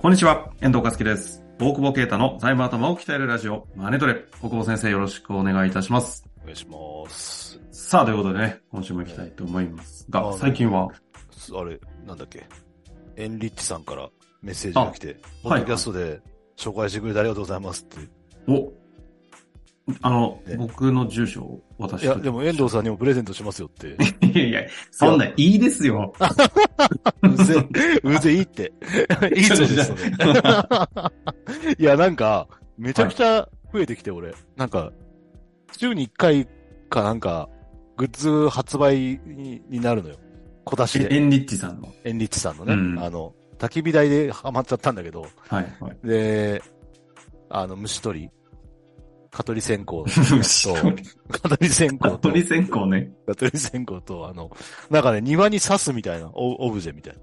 こんにちは、遠藤和樹です。大久保啓太の財務頭を鍛えるラジオ、マネトレ。大久保先生よろしくお願いいたします。お願いします。さあ、ということでね、今週も行きたいと思いますあが、ー最近は、あれ、なんだっけ。エンリッチさんからメッセージが来て、ポッドキャストで紹介してくれてありがとうございますって。お、あのね、僕の住所を渡いしてや、でも遠藤さんにもプレゼントしますよ って。いやいや、そんなんいいですよ。うぜ、うぜいいって。いい そうです、それ。いや、なんか、めちゃくちゃ増えてきて、俺。なんか、週に1回かなんか、グッズ発売にになるのよ。小出しえで。エンリッチさんの。エンリッチさんのね、うんあの、焚き火台でハマっちゃったんだけど、はい、はい。で、あの、虫取り、蚊取り線香虫取りと、蚊取り線香あと、鳥線香ね。蚊取り線香と、あの、なんかね、庭に刺すみたいな、オオブジェみたいな。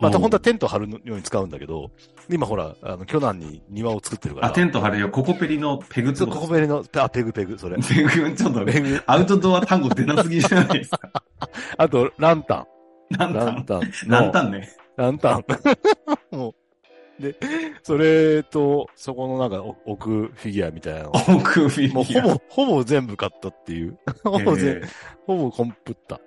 またおう本当はテント張るように使うんだけど、今ほら、あの、巨南に庭を作ってるから。あ、テント張るよ。ココペリのペグちツょっとボ。ここめの、あ、ペグペグ、それ。ペグ、ちょっとペね、グアウトドア単語出なすぎじゃないですか。あと、ランタなン。んラだンタンの。ランタンね。ランタン。 もう。で、それと、そこのなんかお置くフィギュアみたいなの。オークフィギュもうほアぼ、ほぼ全部買ったっていう。ほぼ全、えーほぼコンプッタ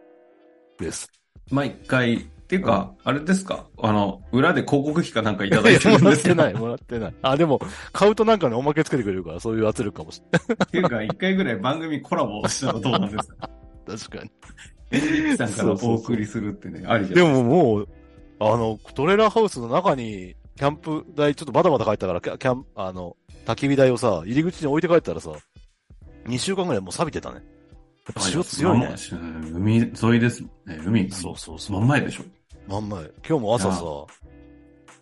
です。毎回、っていうか、あれですかあの、裏で広告費かなんかいたいだいやてるん もらでっすけてど。ない、もらってない。あ、でも、買うとなんかね、おまけつけてくれるから、そういう圧力かもしれっていうか、一回ぐらい番組コラボしたらどうなんです かない。確かに。エンリッチさんからそうそうそうお送りするってね、ありじゃんでももう、あの、トレーラーハウスの中に、キャンプ台、ちょっとバタバタ帰ったから、キャキャン、あの、焚き火台をさ、入り口に置いて帰ったらさ、2週間ぐらいもう錆びてたね。やっぱ塩強いね。海沿いですもんね。海、そうそうそう。真ん前でしょ。まんまや今日も朝さ、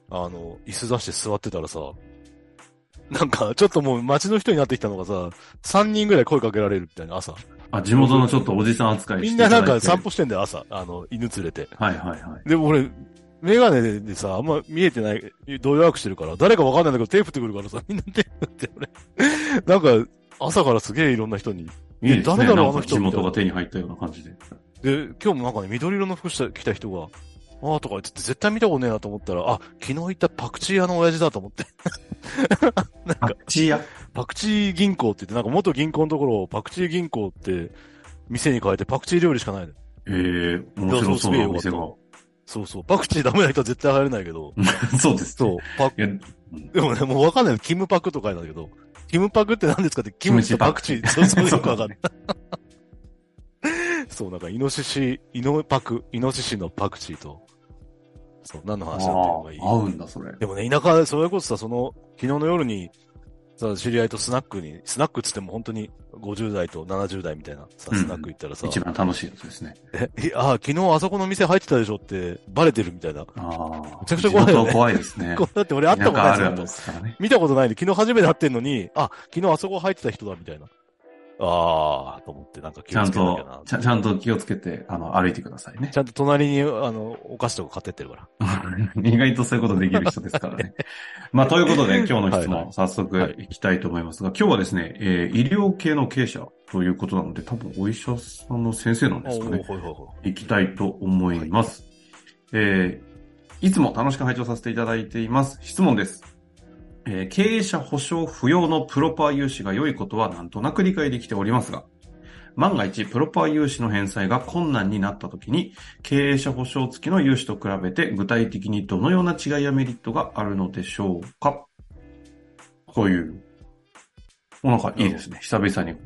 あの、椅子出して座ってたらさ、なんか、ちょっともう街の人になってきたのがさ、3人ぐらい声かけられるみたいな、朝。あ、地元のちょっとおじさん扱いみしんていなただないんて。か散歩してんだよ、朝。あの、犬連れて。はいはいはい。でも俺、メガネでさ、あんま見えてない、動揺アークしてるから、誰かわかんないんだけど、手振ってくるからさ、みんな手振って、俺。なんか、朝からすげえいろんな人いに。いですね。誰だろうなんかあの人地元が手に入ったような感じで。で、今日もなんかね、緑色の服した着た人が、ああとか言ってて、絶対見たことねえなと思ったら、あ、昨日行ったパクチー屋の親父だと思って。あっちや。パクチー銀行って言って、なんか元銀行のところをパクチー銀行って店に変えてパクチー料理しかないの。ええー、面白そうなお店が。そうそう。パクチーダメな人は絶対入れないけど。 そうです。そう。パク いや、でもね、もうわかんない。キムパクとかなんだけど。キムパクって何ですかって、キムチとパクチー。そうそう、よくわかんない。 そう、なんか、イノシシ、イノパク、イノシシのパクチーと、そう、何のあ話だったのがいーい。合うんだ、それ。でもね、田舎、それこそさ、その、昨日の夜に、さ、知り合いとスナックに、スナックっつっても本当に50代と70代みたいなさ、うんスナック行ったらさ、一番楽しいやつですね。え、えあ、昨日あそこの店入ってたでしょって、バレてるみたいな。ああ。めちゃくちゃ怖いよね地元怖いですね。 こうだって俺会ったことない田舎あるあんるでですよ。すからね。見たことないで、昨日初めて会ってんのに、あ、昨日あそこ入ってた人だみたいな。あー、と思ってなんか気ちゃをんつけなきゃなと。ちゃ、ちゃんと気をつけて、あの、歩いてくださいね ち。ゃんと隣に、あの、お菓子とか買ってってるから。 意外とそういうことできる人ですから ね。まあ、ということで、今日の質はいは問、早速いきたいと思いますが、今日はですね、えー医療系の経営者ということなので、多分お医者さんの先生なんですかおーね。ほいほいほいきたいと思います。えーいつも楽しく拝聴させていただいています。質問です。えー経営者保証不要のプロパー融資が良いことはなんとなく理解できておりますが、万が一プロパー融資の返済が困難になった時に、経営者保証付きの融資と比べて具体的にどのような違いやメリットがあるのでしょうかという。もうなんかいいですね。久々にこ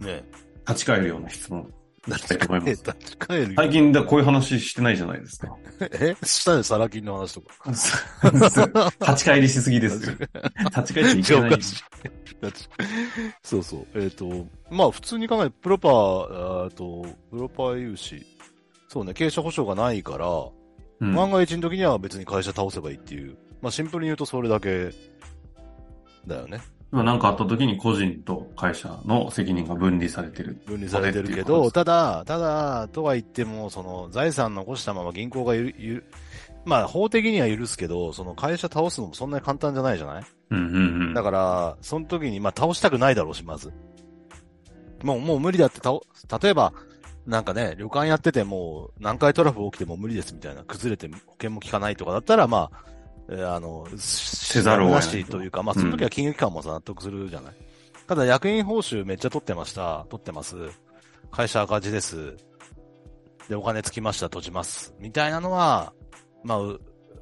うい。 ね立ち返るような質問。え。立ち返る立ち返 る。最近だこういう話してないじゃないですか。えしたよ、サラ金の話とか。立ち返りしすぎです よ。立ち返っちゃいけない。おかしいだってそうそう。えっ、と、まあ普通に考えて、プロパー、えーと、プロパー融資。そうね、経営者保証がないから、うん万が一の時には別に会社倒せばいいっていう。まあシンプルに言うとそれだけだよね。今なんかあった時に個人と会社の責任が分離されてる。分離されてるけあれっていうことでど、すただ、ただ、とは言っても、その財産残したまま銀行がゆるゆるまあ法的には許すけど、その会社倒すのもそんなに簡単じゃないじゃないうんうんうん。だから、その時に、まあ、倒したくないだろうし、まず。もう、もう無理だって倒、例えば、なんかね、旅館やってても、何回トラブル起きても無理ですみたいな、崩れて保険も効かないとかだったら、まあ、えーあの、せせざるを得ないしというか、まあ、その時は金融機関もさ納得するじゃない。ただ、役員報酬めっちゃ取ってました。取ってます。会社赤字です。で、お金つきました。閉じます。みたいなのは、まあ、う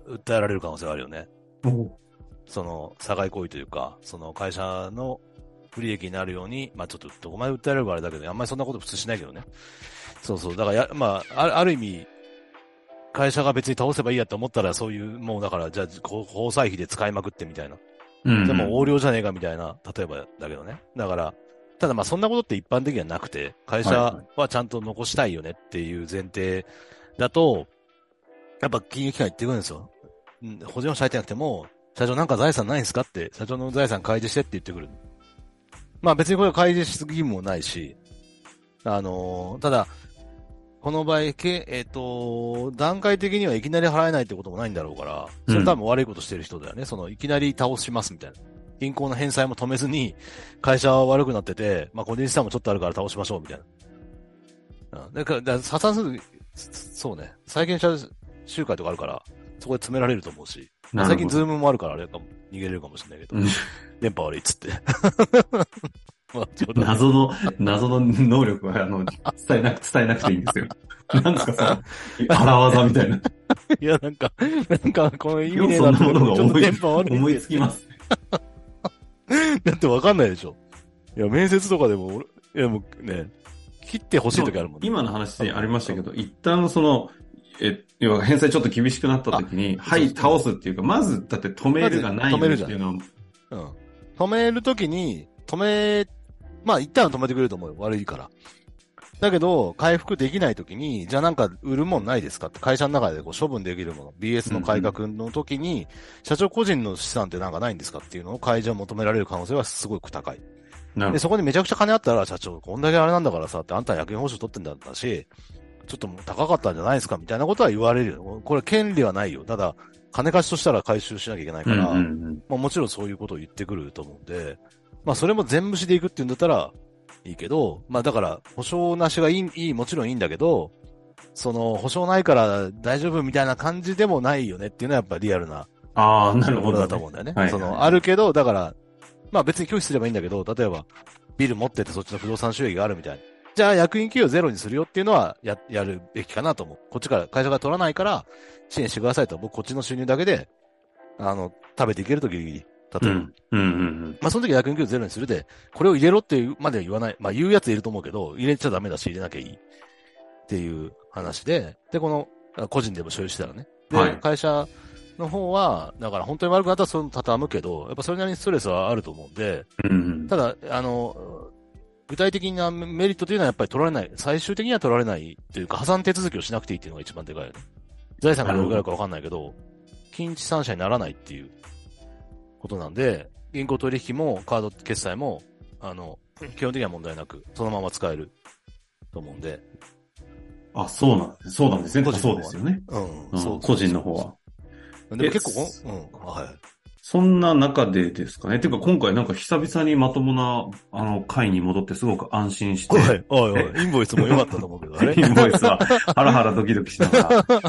訴えられる可能性はあるよね。その、差外行為というか、その会社の不利益になるように、まあちょっとどこまで訴えられるかあれだけど、あんまりそんなこと普通しないけどね。そうそう。だからや、まあ、あるある意味、会社が別に倒せばいいやと思ったら、そういう、もうだから、じゃあ、こう交際費で使いまくってみたいな。うん。でも横領じゃねえかみたいな、例えばだけどね。だから、ただまあそんなことって一般的にはなくて、会社はちゃんと残したいよねっていう前提だと、やっぱ金融機関言ってくるんですよ。うん保全をされてなくても、社長なんか財産ないんですかって、社長の財産開示してって言ってくる。まあ別にこれは開示しすぎもないし、あのーただ、この場合、けえっ、と、段階的にはいきなり払えないってこともないんだろうから、それ多分悪いことしてる人だよね。その、いきなり倒しますみたいな。銀行の返済も止めずに、会社は悪くなってて、まあ、個人資産もちょっとあるから倒しましょうみたいな。うん。だから、だから破産する、そそうね。債権者集会とかあるから、そこで詰められると思うし。なるほど最近ズームもあるから、あれかも、逃げれるかもしれないけどうん、電波悪いっつって。 まあ、ちょう ど謎の、謎の能力は、あの、伝えなく、伝えなくていいんです よ。なんですかさ、荒技みたいな。いや、なんか、なんか、この意味ねえそなんなものがちょっ思とい電波悪い。思いつきます。だってわかんないでしょ。いや、面接とかでも、俺いや、もうね、切ってほしい時あるもんね。今の話にありましたけど、一旦その、え、要は返済ちょっと厳しくなった時に、あはい、そうそう倒すっていうか、まず、だって止めるがないよまずね止めるってじゃんいうのは、うん。止めるときに、止め、まあ一旦は止めてくれると思うよ。悪いから。だけど、回復できないときに、じゃあなんか売るもんないですかって、会社の中でこう処分できるもの、BS の改革のときに、社長個人の資産ってなんかないんですかっていうのを会社は求められる可能性はすごく高い。なるで、そこにめちゃくちゃ金あったら、社長、こんだけあれなんだからさ、ってあんた役員報酬取ってんだったし、ちょっともう高かったんじゃないですかみたいなことは言われるよ。これ権利はないよ。ただ、金貸しとしたら回収しなきゃいけないほかど。ら、うんうんうん。まあ、もちろんそういうことを言ってくると思うんで、まあ、それも全無視でいくっていうんだったらいいけど、まあ、だから、保証なしがいい、いい、もちろんいいんだけど、その、保証ないから大丈夫みたいな感じでもないよねっていうのはやっぱリアルなああ、なるとこほろどだと。思うんだよね。はいそはいの、あるけど、だから、まあ別に拒否すればいいんだけど、例えば、ビル持っててそっちの不動産収益があるみたいな。じゃあ役員給与ゼロにするよっていうのはや、やるべきかなと思う。こっちから、会社が取らないから支援してくださいと。僕こっちの収入だけで、あの、食べていけるときに、例えば、うん。うんうんまあその時は役員給与ゼロにするで、これを入れろっていうまでは言わない。まあ言うやついると思うけど、入れちゃダメだし入れなきゃいい。っていう話で、で、この、あ個人でも所有してたらね。で、はい会社の方は、だから本当に悪くなったらそれも畳むけど、やっぱそれなりにストレスはあると思うんで、うん。うんうん。ただ、あの、具体的なメリットというのはやっぱり取られない、最終的には取られないというか、破産手続きをしなくていいっていうのが一番でかいよね。財産がどれくらいかわかんないけど、金資産者にならないっていうことなんで、銀行取引もカード決済も、あの、基本的には問題なく、そのまま使えると思うんで、あ、そうなんですね。そうなんですね。個人そのう方はですよね。うん、うんそう個人の方。は。でも結え、構うん、はい。そんな中でですかね。ていうか今回なんか久々にまともな、あの、会に戻ってすごく安心して、はい、おいおい、インボイスも良かったと思うけ ど、あれインボイスはハラハラドキドキしながら、フ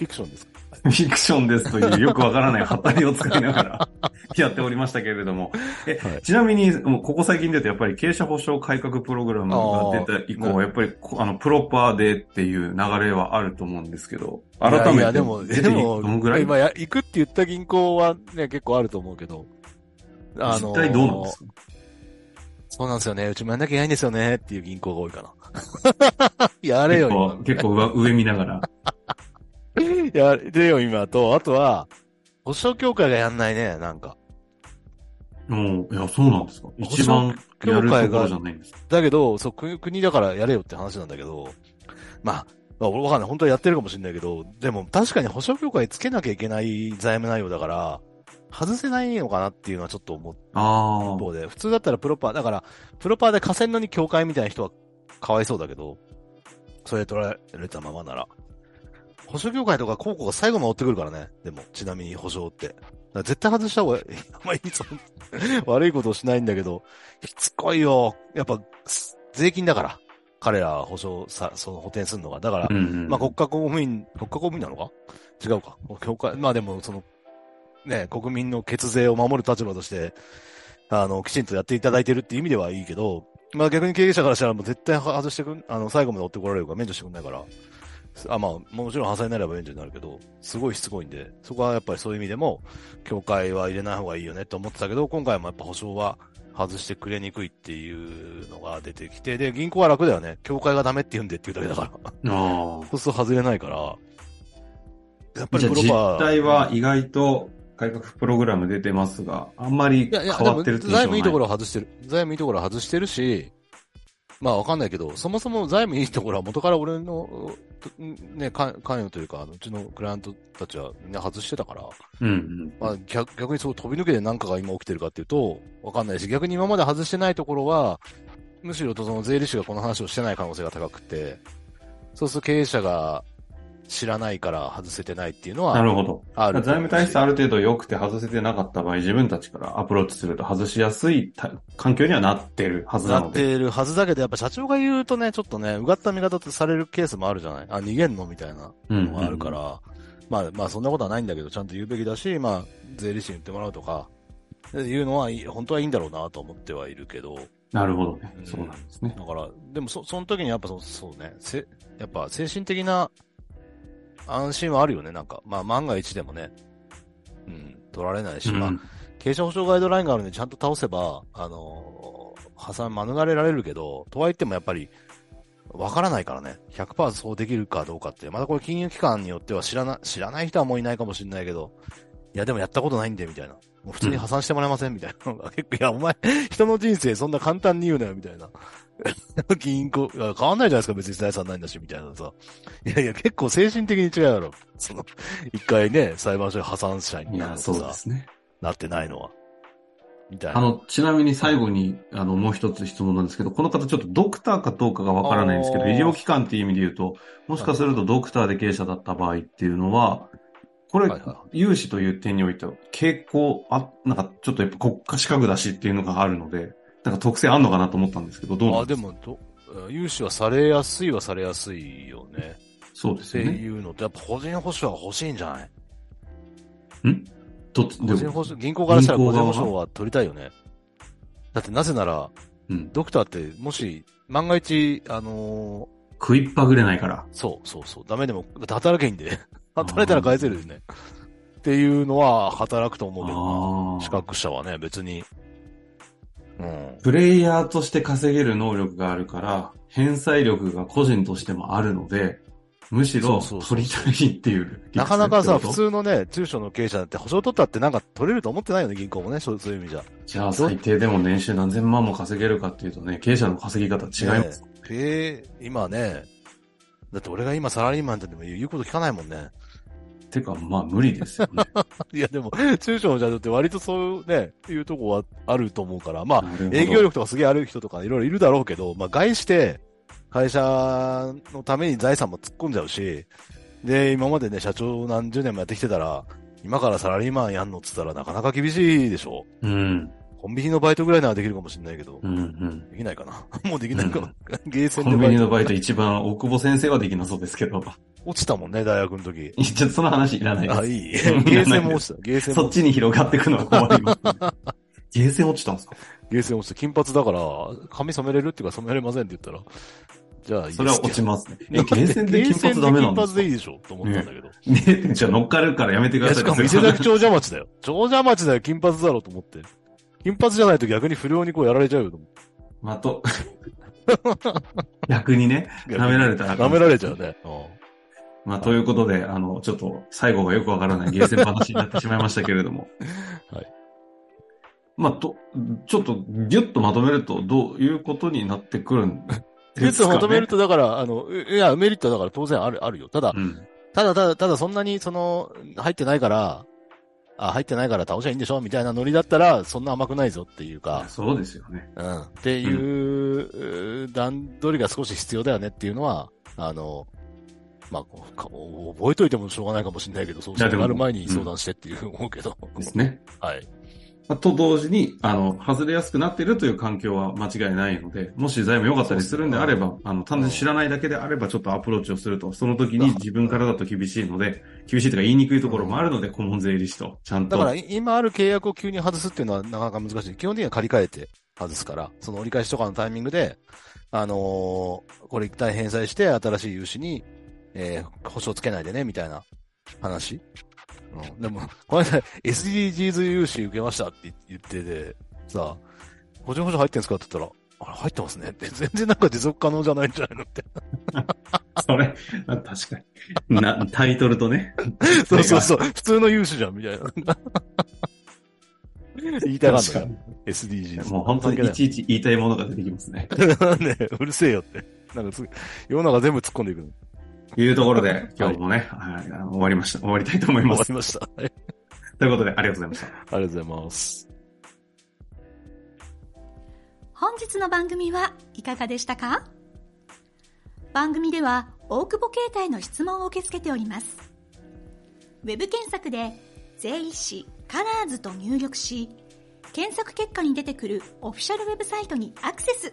ィクションですかフィクションですというよくわからないハッタリを使いながらやっておりましたけれど も。えはいちなみに、もうここ最近で言うとやっぱり経営者保障改革プログラムが出た以あー降、やっぱりこあの、プロパーでっていう流れはあると思うんですけど、改めて。いやいや、でも、出てでども、のぐらい今や、行くって言った銀行はね、結構あると思うけど。実態どうなんですかそうなんですよね。うちもやんなきゃいけないんですよね、っていう銀行が多いかな。 やれよ、結今。構結構上上見ながら。やれよ、今と、あとは、保証協会がやんないね、なんか。もう、いや、そうなんですか。一番やるところじゃないんですか。だけど、そう、国国だからやれよって話なんだけど、まあ、まあ、俺わかんない。本当はやってるかもしれないけど、でも確かに保証協会つけなきゃいけない財務内容だから、外せないのかなっていうのはちょっと思っあ一方で、普通だったらプロパー、だから、プロパーで稼いのに教会みたいな人はかわいそうだけど、それ取られたままなら。保証業界とか広告が最後まで追ってくるからね。でも、ちなみに保証って。だから絶対外した方がいい。あんまりその悪いことをしないんだけど、しつこいよ。やっぱ、す税金だから。彼らは保証さ、その補填するのが。だからう、んうんまあ、国家公務員、国家公務員なのか違うか。教会、まあでも、その、ね、国民の血税を守る立場として、あの、きちんとやっていただいてるっていう意味ではいいけど、まあ逆に経営者からしたらもう絶対外してくん、あの、最後まで追ってこられるから免除してくんないから、あ、まあ、もちろん破産になれば免除になるけど、すごいしつこいんで、そこはやっぱりそういう意味でも、協会は入れない方がいいよねと思ってたけど、今回もやっぱ保証は外してくれにくいっていうのが出てきて、で、銀行は楽だよね。協会がダメって言うんでっていうだけだかあら。そうすると外れないから、やっぱあ。じりゃあプロ実パー態は意外と改革プログラム出てますが、あんまりいやい変や、わってるでって印象も財務ないいところは外してる。財務いいところは外してるし、まあわかんないけど、そもそも財務いいところは元から俺の、とね、か関与というか、あのうちのクライアントたちはみんな外してたから、うんうん。まあ逆逆にそう飛び抜けて何かが今起きてるかっていうと、わかんないし、逆に今まで外してないところは、むしろその税理士がこの話をしてない可能性が高くて、そうすると経営者が知らないから外せてないっていうのなはるほど。ある。財務体質ある程度良くて外せてなかった場合、自分たちからアプローチすると外しやすいた環境にはなってるはずななのっで。ているはずだけど、やっぱ社長が言うとね、ちょっとね、うがった見方ってされるケースもあるじゃないあ、逃げんのみたいなうんのがあるから、まあまあそんなことはないんだけど、ちゃんと言うべきだし、まあ税理士に言ってもらうとか、いうのはいい、本当はいいんだろうなと思ってはいるけど、なるほどね。うんそうなんですね。だから、でもそ、その時にやっぱそうそうね、せ、やっぱ精神的な安心はあるよね、なんか。まあ万が一でもね、うん、取られないし、まあうん経営者保障ガイドラインがあるんで、ちゃんと倒せば、あのー破産免れられるけど、とはいってもやっぱり、わからないからね。100%そうできるかどうかって。またこれ金融機関によっては知らな、知らない人はもういないかもしれないけど、いやでもやったことないんで、みたいな。もう普通に破産してもらえません、みたいなのが結構、いや、お前、人の人生そんな簡単に言うなよ、みたいな。 銀行、いや変わんないじゃないですか、別に財産ないんだし、みたいなさ。いやいや、結構精神的に違うだろ。その、一回ね、裁判所で破産者いになるや、とそうさで。すね。なってないのは。みたいな。あの、ちなみに最後に、あの、もう一つ質問なんですけど、この方ちょっとドクターかどうかがわからないんですけど、あー医療機関っていう意味で言うと、もしかするとドクターで経営者だった場合っていうのは、これはいは、融資という点においては、傾向、あ、なんかちょっとやっぱ国家資格だしっていうのがあるので、なんか特性あんのかなと思ったんですけど、どうなあ、んでですかもど、融資はされやすいはされやすいよね。そうでっすてよね。いうのって、やっぱ個人保証は欲しいんじゃないんどっち個で人も保証、銀行からしたら個銀行人側保は証は取りたいよね。だってなぜなら、うん。ドクターってもし、万が一、あの食いっぱぐれないからー。そうそうそう、ダメでも、だって働けいいんで。働いたら返せるよね。っていうのは働くと思うけどあな、資あ。格者はね、別に。うん。プレイヤーとして稼げる能力があるから、返済力が個人としてもあるので、むしろそうそうそう取りたいっていう。なかなかさ、って普こと通のね、中小の経営者だって保証取ったってなんか取れると思ってないよね、銀行もね、そうそういう意味じゃ。じゃあ最低でも年収何千万も稼げるかっていうとね、経営者の稼ぎ方違います。ねええ今ね、だって俺が今サラリーマンってでも言う言うこと聞かないも んね。てか、まあ無理ですよね。いやでも、中小の社長って割とそういうね、いうとこはあると思うから、まあ、なるほど営業力とかすげえある人とかいろいろいるだろうけど、まあ外して、会社のために財産も突っ込んじゃうし、で、今までね、社長何十年もやってきてたら、今からサラリーマンやんのっつったらなかなか厳しいでしょ。うん。コンビニのバイトぐらいならできるかもしれないけどう、んうん。できないかな。 もうできないかも。ゲーセンコでンバビイニトのバイト一番大久保先生はできなそうですけど。 落ちたもんね、大学の時。ちょっとその話いらないですあ、いい。ゲーセンも落ちた。ゲーセンそもっ。ちに広がっていくのは困り ます、ね。ゲーセン落ちたんですかゲーセン落ちた。金髪だから、髪染めれるっていうか染められませんって言ったら、じゃあいいですそれは落ちまますね。え、ゲーセンで金髪ダメなんですかゲーセンで金髪でいいでしょと思ったんだけど。ねじゃあ乗っかるからやめてくいや、ださしい。かも伊勢崎長者町だよ。長者町だよ、金髪だろうと思って。金髪じゃないと逆に不良にこうやられちゃうよと思って。まと。逆にね、舐められたら。舐められちゃう。ね。うんまあ、ということで、あの、ちょっと、最後がよくわからないゲーセン話になってしまいましたけれども。 はい。まあ、と、ちょっと、ギュッとまとめると、どういうことになってくるんギュでッすか、とね、まとめると、だから、あの、いや、メリットはだから当然ある、あるよ。ただ、うん。ただただ、ただそんなにその、入ってないから、あ、入ってないから倒しゃいいんでしょみたいなノリだったら、そんな甘くないぞっていうか、そうですよね。うん。っていう、うー段取りが少し必要だよねっていうのは、あの、まあ、こうか覚えといてもしょうがないかもしれないけど、そういやでもなる前に相談してっていう思うけど、ですね。 はい。まあと同時に、あの、外れやすくなっているという環境は間違いないので、もし財務良かったりするんであれば、あの、単純に知らないだけであれば、ちょっとアプローチをすると、その時に自分からだと厳しいので、厳しいというか言いにくいところもあるので、顧問税理士と、ちゃんと。だから、い今ある契約を急に外すっていうのはなかなか難しい。基本的には借り換えて外すから、その折り返しとかのタイミングで、あのーこれ一旦返済して、新しい融資に、えー保証つけないでね、みたいな話。うん、でも、この間、SDGs 融資受けましたって言ってて、さ、個人保証入ってんすかって言ったら、あれ入ってますねって、全然なんか持続可能じゃないんじゃないのって。 それ、あ確かに。な、タイトルと ね。そうそうそう、普通の融資じゃん、みたいな。言いたがる確のかよ、に。 SDGs。もう本当にいちいち言いたいものが出てきますね。 ねうるせえよって。なんかすぐ世の中全部突っ込んでいくの。というところで、今日もね、はい、あの終わりました。終わりたいと思いま終わす。りました。はいということで、ありがとうございました。ありがとうございます。本日の番組はいかがでしたか番組では大久保携帯の質問を受け付けております。ウェブ検索で税理士カラーズと入力し、検索結果に出てくるオフィシャルウェブサイトにアクセス。